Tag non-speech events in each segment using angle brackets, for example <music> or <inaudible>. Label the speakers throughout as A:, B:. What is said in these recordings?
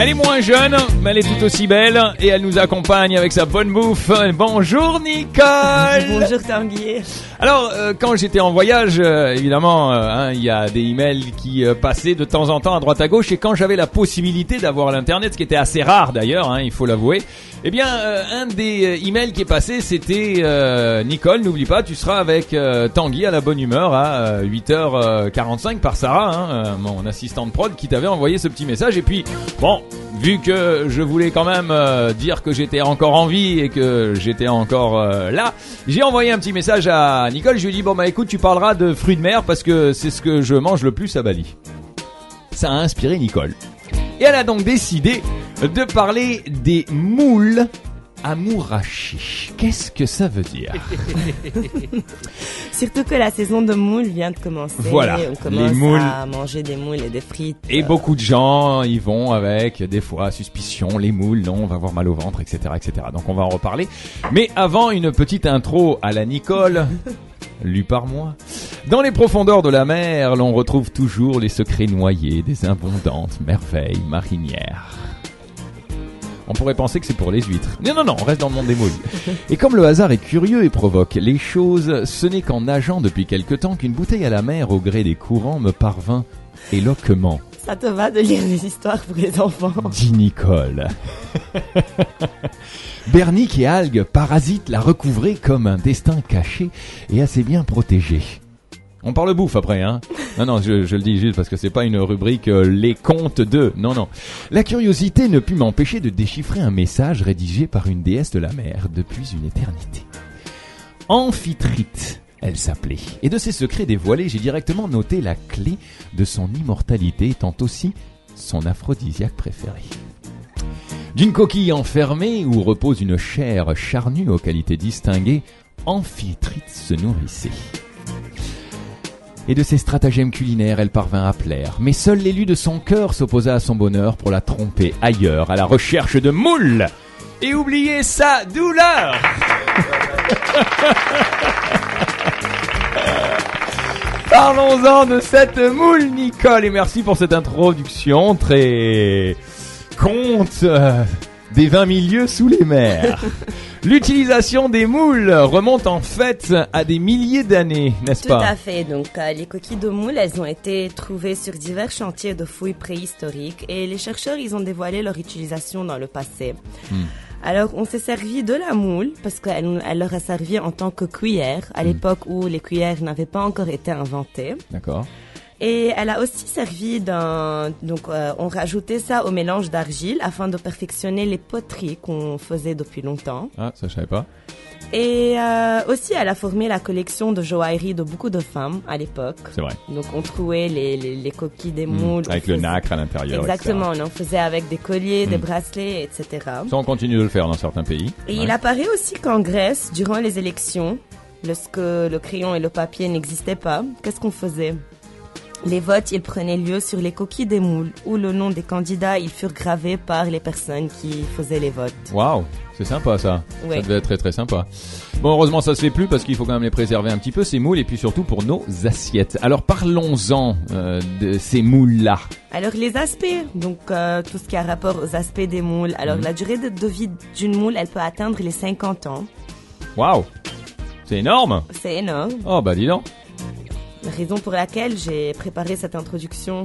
A: Elle est moins jeune, mais elle est tout aussi belle et elle nous accompagne avec sa bonne bouffe. Bonjour Nicole
B: Bonjour Tanguy.
A: Alors, euh, quand j'étais en voyage, euh, évidemment, euh, hein, il y a des emails qui euh, passaient de temps en temps à droite à gauche. Et quand j'avais la possibilité d'avoir l'internet, ce qui était assez rare d'ailleurs, hein, il faut l'avouer, eh bien, euh, un des euh, emails qui est passé, c'était euh, Nicole. N'oublie pas, tu seras avec euh, Tanguy à la bonne humeur à euh, 8h45 par Sarah, hein, euh, mon assistante prod, qui t'avait envoyé ce petit message. Et puis, bon, vu que je voulais quand même euh, dire que j'étais encore en vie et que j'étais encore euh, là, j'ai envoyé un petit message à Nicole. Je lui ai dit bon bah écoute, tu parleras de fruits de mer parce que c'est ce que je mange le plus à Bali. Ça a inspiré Nicole. Et elle a donc décidé de parler des moules à mourachi. Qu'est-ce que ça veut dire
B: Surtout que la saison de moules vient de commencer.
A: Voilà,
B: On commence
A: les moules.
B: à manger des moules et des frites.
A: Et
B: Euh,
A: beaucoup de gens y vont avec des fois suspicion, les moules, non, on va avoir mal au ventre, etc., etc. Donc on va en reparler. Mais avant, une petite intro à la Nicole. <laughs> Lue par moi. Dans les profondeurs de la mer, l'on retrouve toujours les secrets noyés des abondantes merveilles marinières. On pourrait penser que c'est pour les huîtres. Non, non, non, on reste dans le monde des moules. Et comme le hasard est curieux et provoque les choses, ce n'est qu'en nageant depuis quelque temps qu'une bouteille à la mer au gré des courants me parvint éloquemment
B: Ça te va de lire des histoires pour les enfants
A: dit Nicole. <laughs> Bernique et algues parasites la recouvraient comme un destin caché et assez bien protégé. On parle bouffe après, hein Non, non, je, je le dis juste parce que c'est pas une rubrique euh, les contes de. Non, non. La curiosité ne put m'empêcher de déchiffrer un message rédigé par une déesse de la mer depuis une éternité. Amphitrite, elle s'appelait. Et de ses secrets dévoilés, j'ai directement noté la clé de son immortalité, étant aussi son aphrodisiaque préféré. D'une coquille enfermée où repose une chair charnue aux qualités distinguées, Amphitrite se nourrissait. Et de ses stratagèmes culinaires, elle parvint à plaire. Mais seul l'élu de son cœur s'opposa à son bonheur pour la tromper ailleurs, à la recherche de moules et oublier sa douleur. <laughs> Parlons-en de cette moule, Nicole, et merci pour cette introduction très compte euh, des 20 milieux sous les
B: <laughs>
A: mers. L'utilisation des moules remonte en fait à des milliers d'années, n'est-ce
B: Tout
A: pas
B: à fait. Donc, euh, les coquilles de moules, elles ont été trouvées sur divers chantiers de fouilles préhistoriques et les chercheurs, ils ont dévoilé leur utilisation dans le passé.
A: Hmm.
B: Alors, on s'est servi de la moule parce qu'elle elle leur a servi en tant que cuillère
A: Hmm.
B: à l'époque où les cuillères n'avaient pas encore été inventées.
A: D'accord.
B: Et elle a aussi servi d'un... Donc, euh, on rajoutait ça au mélange d'argile afin de perfectionner les poteries qu'on faisait depuis longtemps.
A: Ah, ça je savais pas.
B: Et euh, aussi, elle a formé la collection de joaillerie de beaucoup de femmes à l'époque.
A: C'est vrai.
B: Donc, on trouvait les, les, les coquilles des
A: Mm.
B: moules. on
A: Avec le
B: faisait-
A: nacre à l'intérieur. etc.
B: Exactement, on en faisait avec des colliers, des
A: Mm.
B: bracelets, etc.
A: Ça, on continue de le faire dans certains pays.
B: Et
A: Ouais.
B: il apparaît aussi qu'en Grèce, durant les élections, lorsque le crayon et le papier n'existaient pas, qu'est-ce qu'on faisait Les votes, ils prenaient lieu sur les coquilles des moules, où le nom des candidats, ils furent gravés par les personnes qui faisaient les votes.
A: Waouh, c'est sympa ça. Ça
B: Ouais.
A: devait être très très sympa. Bon, heureusement ça se fait plus parce qu'il faut quand même les préserver un petit peu ces moules et puis surtout pour nos assiettes. Alors parlons-en euh, de ces moules là.
B: Alors les aspects, donc euh, tout ce qui a rapport aux aspects des moules. Alors
A: Mhm.
B: la durée de, de vie d'une moule, elle peut atteindre les 50 ans.
A: Waouh, c'est énorme.
B: C'est énorme.
A: Oh bah dis donc.
B: Raison pour laquelle j'ai préparé cette introduction.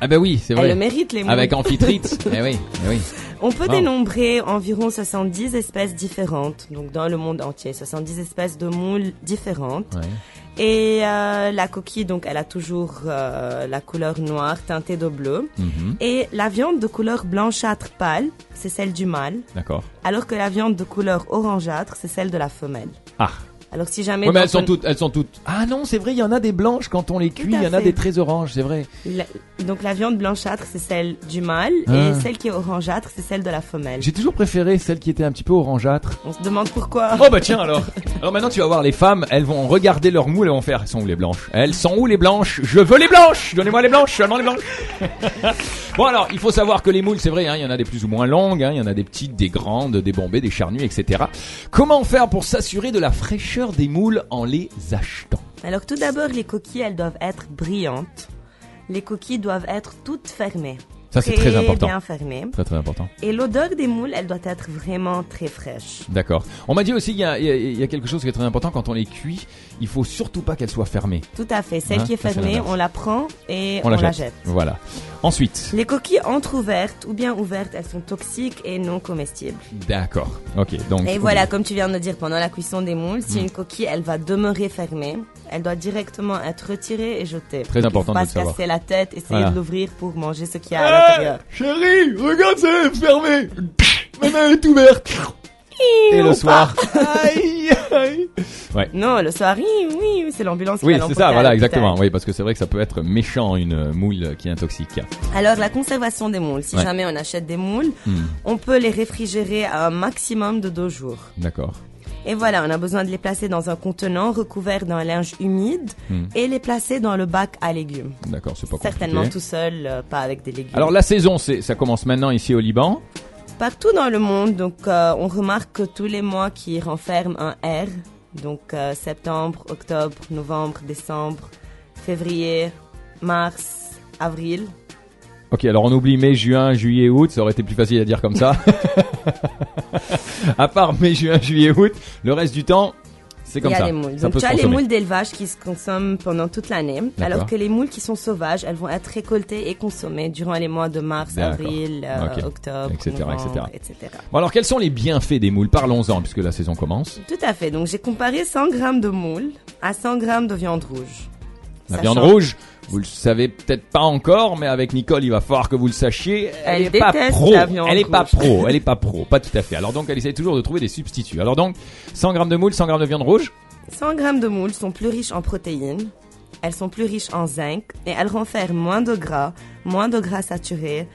A: Ah bah oui, c'est
B: Elle le
A: vrai.
B: mérite les moules.
A: Avec
B: <laughs>
A: amphitrite. eh oui, eh oui.
B: On peut
A: Wow.
B: dénombrer environ 70 espèces différentes, donc dans le monde entier, 70 espèces de moules différentes.
A: Ouais.
B: Et euh, la coquille, donc, elle a toujours euh, la couleur noire teintée de bleu.
A: Mhm,
B: Et la viande de couleur blanchâtre pâle, c'est celle du mâle,
A: D'accord.
B: alors que la viande de couleur orangeâtre, c'est celle de la femelle.
A: Ah.
B: Alors si jamais...
A: Ouais, mais
B: dans
A: elles sont
B: ton-
A: toutes, elles sont toutes. Ah non, c'est vrai, il y en a des blanches quand on les cuit,
B: à
A: il y en a
B: fait.
A: des très oranges, c'est vrai.
B: la- Donc la viande blanchâtre, c'est celle du mâle,
A: Ah.
B: et celle qui est orangeâtre, c'est celle de la femelle.
A: J'ai toujours préféré celles qui étaient un petit peu orangeâtres.
B: On se demande pourquoi.
A: <laughs> Oh bah tiens alors. Alors maintenant tu vas voir les femmes, elles vont regarder leurs moules et vont faire elles sont où les blanches Elles sont où les blanches Je veux les blanches Donnez-moi les blanches, seulement les blanches. <laughs> bon alors, il faut savoir que les moules, c'est vrai, hein, il y en a des plus ou moins longues, hein, il y en a des petites, des grandes, des bombées, des charnues, etc. Comment faire pour s'assurer de la fraîcheur des moules en les achetant
B: Alors tout d'abord, les coquilles, elles doivent être brillantes. Les coquilles doivent être toutes fermées.
A: Ça, c'est très important.
B: bien fermée.
A: Très très important.
B: Et l'odeur des moules, elle doit être vraiment très fraîche.
A: D'accord. On m'a dit aussi qu'il y, a- il y a- il y a quelque chose qui est très important quand on les cuit. Il faut surtout pas qu'elles soient fermées.
B: Tout à fait. Celle
A: Hein,
B: qui est
A: ça, c'est
B: fermée,
A: l'inverse.
B: on la prend et
A: On,
B: on,
A: la, jette.
B: la jette.
A: Voilà. Ensuite.
B: Les coquilles entrouvertes ou bien ouvertes, elles sont toxiques et non comestibles.
A: D'accord. Ok. Donc.
B: Et voilà, comme tu viens de le dire, pendant la cuisson des moules,
A: Mm.
B: si une coquille, elle va demeurer fermée, elle doit directement être retirée et jetée.
A: Très important de
B: Il faut pas
A: le
B: se
A: savoir.
B: casser la tête, essayer
A: Voilà.
B: de l'ouvrir pour manger ce qu'il y a à l'intérieur.
A: chérie, regarde, ça est fermé. Maintenant, elle est ouverte. Et le soir. aïe, aïe.
B: Non, le soir, oui, oui, oui, c'est l'ambulance
A: <laughs>
B: qui
A: Oui,
B: va
A: c'est
B: l'emporter
A: ça,
B: à
A: voilà,
B: l'hôpital.
A: exactement. Oui, parce que c'est vrai que ça peut être méchant une moule qui est intoxique.
B: Alors, la conservation des moules. Si
A: Ouais.
B: jamais on achète des moules,
A: Hmm,
B: on peut les réfrigérer à un maximum de deux jours.
A: D'accord.
B: Et voilà, on a besoin de les placer dans un contenant recouvert d'un linge humide
A: Hmm.
B: et les placer dans le bac à légumes.
A: D'accord, c'est pas compliqué.
B: Certainement tout seul, euh, pas avec des légumes.
A: Alors la saison, c'est ça commence maintenant ici au Liban.
B: Partout dans le monde, donc euh, on remarque que tous les mois qui renferment un R, donc euh, septembre, octobre, novembre, décembre, février, mars, avril.
A: Ok, alors on oublie mai, juin, juillet, août. Ça aurait été plus facile à dire comme ça. <laughs> à part mai, juin, juillet, août, le reste du temps, c'est
B: Il
A: comme
B: y a
A: ça.
B: les moules.
A: Ça
B: Donc
A: peut
B: tu
A: se
B: as les
A: consommer.
B: moules d'élevage qui se consomment pendant toute l'année,
A: D'accord.
B: alors que les moules qui sont sauvages, elles vont être récoltées et consommées durant les mois de mars,
A: D'accord.
B: avril, euh,
A: Ok.
B: octobre,
A: Etc.,
B: novembre, etc.
A: Bon alors quels sont les bienfaits des moules Parlons-en puisque la saison commence.
B: Tout à fait. Donc j'ai comparé 100 grammes de moules à 100 grammes de viande rouge.
A: La
B: Sachant-
A: viande rouge, vous le savez peut-être pas encore, mais avec Nicole, il va falloir que vous le sachiez. Elle,
B: Elle
A: est pas
B: déteste
A: pro.
B: la viande
A: elle est pas
B: rouge.
A: pro. Elle est pas pro. Pas tout à fait. Alors donc elle essaye toujours de trouver des substituts. Alors donc 100 grammes de moules, 100 grammes de viande rouge.
B: 100 grammes de moules sont plus riches en protéines, elles sont plus riches en zinc et elles renferment moins de gras, moins de gras saturés,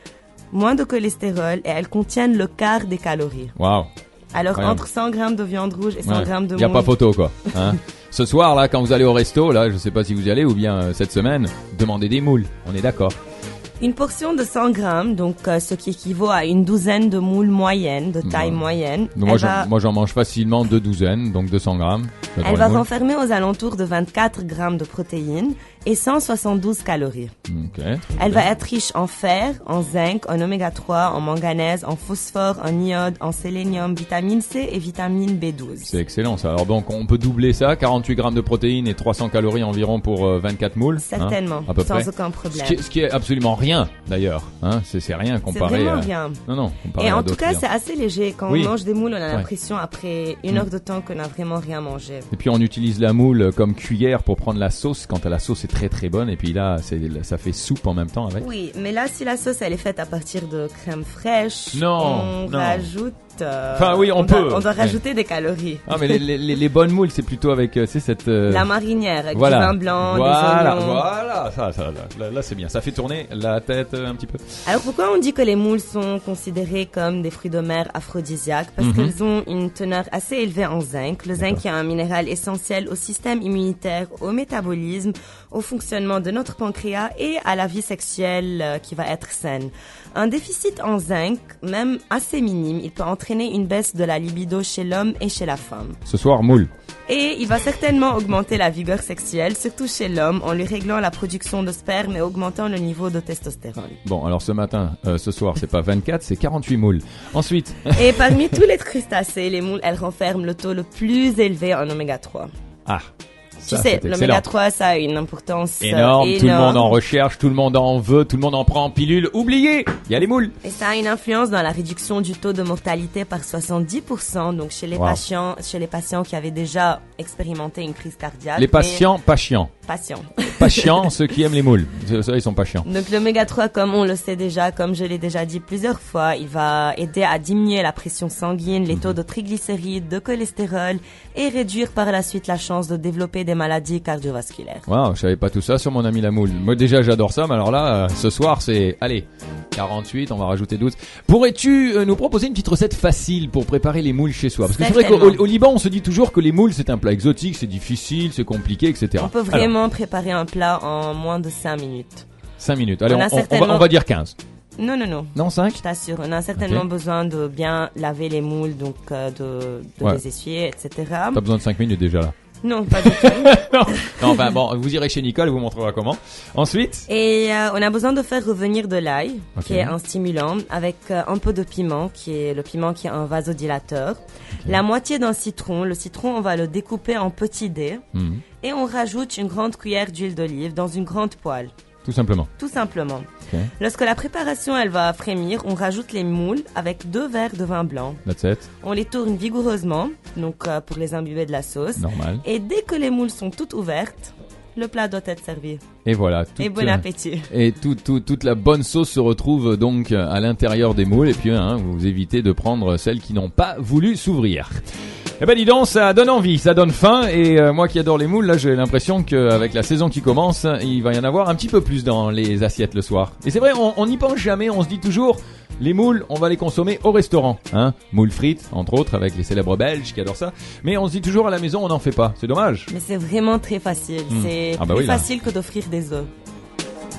B: moins de cholestérol et elles contiennent le quart des calories.
A: Waouh.
B: Alors
A: Incroyable.
B: entre 100 grammes de viande rouge et 100 grammes de
A: Il n'y a
B: moules,
A: pas photo
B: <laughs>
A: quoi. hein. Ce soir là, quand vous allez au resto, là, je sais pas si vous y allez ou bien euh, cette semaine, demandez des moules. On est d'accord.
B: une portion de 100 grammes, donc euh, ce qui équivaut à une douzaine de moules moyennes, de taille
A: Ouais.
B: moyenne,
A: Donc, moi,
B: elle
A: j'en-
B: va,
A: moi, j'en mange facilement deux douzaines, donc 200 grammes. J'adore
B: elle
A: les
B: va
A: moules.
B: renfermer aux alentours de 24 grammes de protéines et 172 calories.
A: Ok, très
B: Elle
A: bien.
B: va être riche en fer, en zinc, en oméga 3, en manganèse, en phosphore, en iode, en sélénium, vitamine C et vitamine
A: C'est
B: B12.
A: excellent ça. Alors donc on peut doubler ça, 48 grammes de protéines et 300 calories environ pour euh, 24 moules. hein,
B: Certainement,
A: à peu
B: sans
A: près.
B: aucun
A: Ce
B: problème.
A: qui, est, ce qui est absolument rien d'ailleurs. Hein, c'est c'est rien
B: C'est
A: comparé.
B: vraiment
A: à-
B: bien.
A: Non non. Comparé
B: Et
A: à
B: en tout
A: d'autres
B: cas,
A: viandes.
B: c'est assez léger. Quand
A: Oui.
B: on mange des moules, on a
A: Ouais. Mm.
B: l'impression après une heure de temps qu'on n'a vraiment rien mangé.
A: Et puis on utilise la moule comme cuillère pour prendre la sauce quand la sauce est très très bonne et puis là c'est- ça fait soupe en même temps avec.
B: Oui, mais là, si la sauce, elle est faite à partir de crème fraîche,
A: Non,
B: on
A: non.
B: rajoute... euh,
A: Enfin, oui, on
B: doit-
A: peut,
B: on doit
A: mais-
B: rajouter des calories.
A: Ah mais les, les- les- les bonnes moules c'est plutôt avec euh, c'est cette euh,
B: La marinière avec
A: voilà
B: du vin blanc,
A: voilà
B: des oignons.
A: voilà ça, ça là, là, là, c'est bien ça fait tourner la tête euh, un petit peu.
B: Alors pourquoi on dit que les moules sont considérés comme des fruits de mer aphrodisiaques Parce
A: Mhm.
B: qu'ils ont une teneur assez élevée en zinc. Le zinc est un minéral essentiel au système immunitaire, au métabolisme, au fonctionnement de notre pancréas et à la vie sexuelle euh, qui va être saine. Un déficit en zinc, même assez minime, il peut entraîner une baisse de la libido chez l'homme et chez la femme.
A: Ce soir moule.
B: Et il va certainement augmenter la vigueur sexuelle, surtout chez l'homme, en lui réglant la production de sperme et augmentant le niveau de testostérone.
A: Bon alors ce matin euh, ce soir c'est pas 24 c'est 48 moules. Ensuite <laughs>
B: Et parmi tous les crustacés, les moules, elles renferment le taux le plus élevé en oméga 3.
A: ah ça,
B: tu sais,
A: c'est excellent.
B: l'oméga 3, ça a une importance euh,
A: Énorme, tout le monde en
B: énorme.
A: recherche, tout le monde en veut, tout le monde en prend en pilule. Oubliez, il y a les moules.
B: Et ça a une influence dans la réduction du taux de mortalité par 70%, donc chez les,
A: Wow.
B: patients, chez les patients qui avaient déjà expérimenté une crise cardiaque.
A: Les
B: et
A: patients, pas chiants.
B: Patients.
A: Pas chiants, <laughs> ceux qui aiment les moules. Ceux- Ceux-là, ils sont pas chiants.
B: Donc l'oméga 3, comme on le sait déjà, comme je l'ai déjà dit plusieurs fois, il va aider à diminuer la pression sanguine,
A: Mhm.
B: les taux de triglycérides, de cholestérol et réduire par la suite la chance de développer des maladies cardiovasculaires.
A: Waouh, je savais pas tout ça sur mon ami la moule. Moi déjà j'adore ça, mais alors là, euh, ce soir c'est, allez, 48, on va rajouter 12. Pourrais-tu euh, nous proposer une petite recette facile pour préparer les moules chez soi Parce que c'est vrai qu'au
B: Certainement.
A: au Liban on se dit toujours que les moules c'est un plat exotique, c'est difficile, c'est compliqué, etc.
B: On peut vraiment préparer un plat en moins de 5 minutes.
A: 5 minutes, allez, on,
B: On a
A: on- on va,
B: certainement-
A: on va dire 15.
B: Non, non, non.
A: Non, 5
B: Je t'assure, on a certainement
A: Ok.
B: besoin de bien laver les moules, donc euh, de, de
A: Ouais.
B: les essuyer, etc.
A: Pas besoin de 5 minutes déjà là.
B: Non, pas du tout.
A: non. Non,
B: <laughs>
A: enfin bon, vous irez chez Nicole, elle vous montrera comment. Ensuite,
B: Et euh, on a besoin de faire revenir de l'ail,
A: Ok.
B: qui est un stimulant, avec euh, un peu de piment, qui est le piment qui est un vasodilateur. La moitié d'un citron. Le citron, on va le découper en petits dés.
A: Mhm.
B: Et on rajoute une grande cuillère d'huile d'olive dans une grande poêle.
A: tout simplement.
B: Tout simplement.
A: Ok.
B: Lorsque la préparation elle va frémir, on rajoute les moules avec deux verres de vin blanc.
A: That's it.
B: On les tourne vigoureusement, donc euh, pour les imbiber de la sauce.
A: Normal.
B: Et dès que les moules sont toutes ouvertes, le plat doit être servi.
A: Et voilà.
B: et
A: toute,
B: bon
A: euh,
B: appétit.
A: Et tout- tout- toute la bonne sauce se retrouve donc à l'intérieur des moules et puis hein, vous évitez de prendre celles qui n'ont pas voulu s'ouvrir. Eh ben dis donc, ça donne envie, ça donne faim et euh, moi qui adore les moules, là j'ai l'impression qu'avec la saison qui commence, il va y en avoir un petit peu plus dans les assiettes le soir. Et c'est vrai, on on n'y pense jamais, on se dit toujours, les moules, on va les consommer au restaurant. Hein moules frites, entre autres, avec les célèbres Belges qui adorent ça. Mais on se dit toujours à la maison, on n'en fait pas, c'est dommage.
B: Mais c'est vraiment très facile.
A: Hmm.
B: C'est
A: Ah bah
B: plus
A: oui, là.
B: facile que d'offrir des œufs.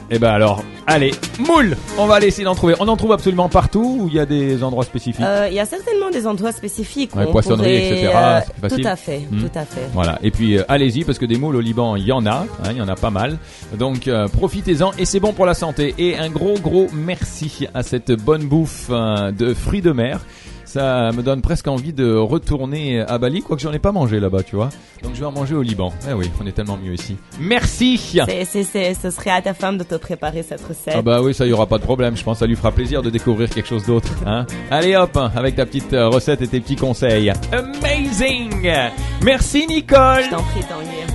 A: Eh ben alors, allez, moule On va aller essayer d'en trouver. On en trouve absolument partout ou il y a des endroits spécifiques
B: Euh, Il y a certainement des endroits spécifiques. où
A: Ouais,
B: on
A: poissonnerie,
B: pourrait,
A: etc.,
B: euh,
A: c'est plus facile.
B: Tout à fait,
A: Hmm.
B: tout à fait.
A: Voilà, et puis euh, allez-y parce que des moules au Liban, il y en a, hein, il y en a pas mal. Donc euh, profitez-en et c'est bon pour la santé. Et un gros gros merci à cette bonne bouffe euh, de fruits de mer. Ça me donne presque envie de retourner à Bali, quoique j'en ai pas mangé là-bas, tu vois. Donc je vais en manger au Liban. Eh oui, on est tellement mieux ici. Merci
B: C'est, c'est, c'est- ce serait à ta femme de te préparer cette recette.
A: Ah bah oui, ça y aura pas de problème. Je pense que ça lui fera plaisir de découvrir quelque chose d'autre. Hein Allez hop, avec ta petite euh, recette et tes petits conseils. Amazing Merci Nicole
B: Je t'en prie, t'en es.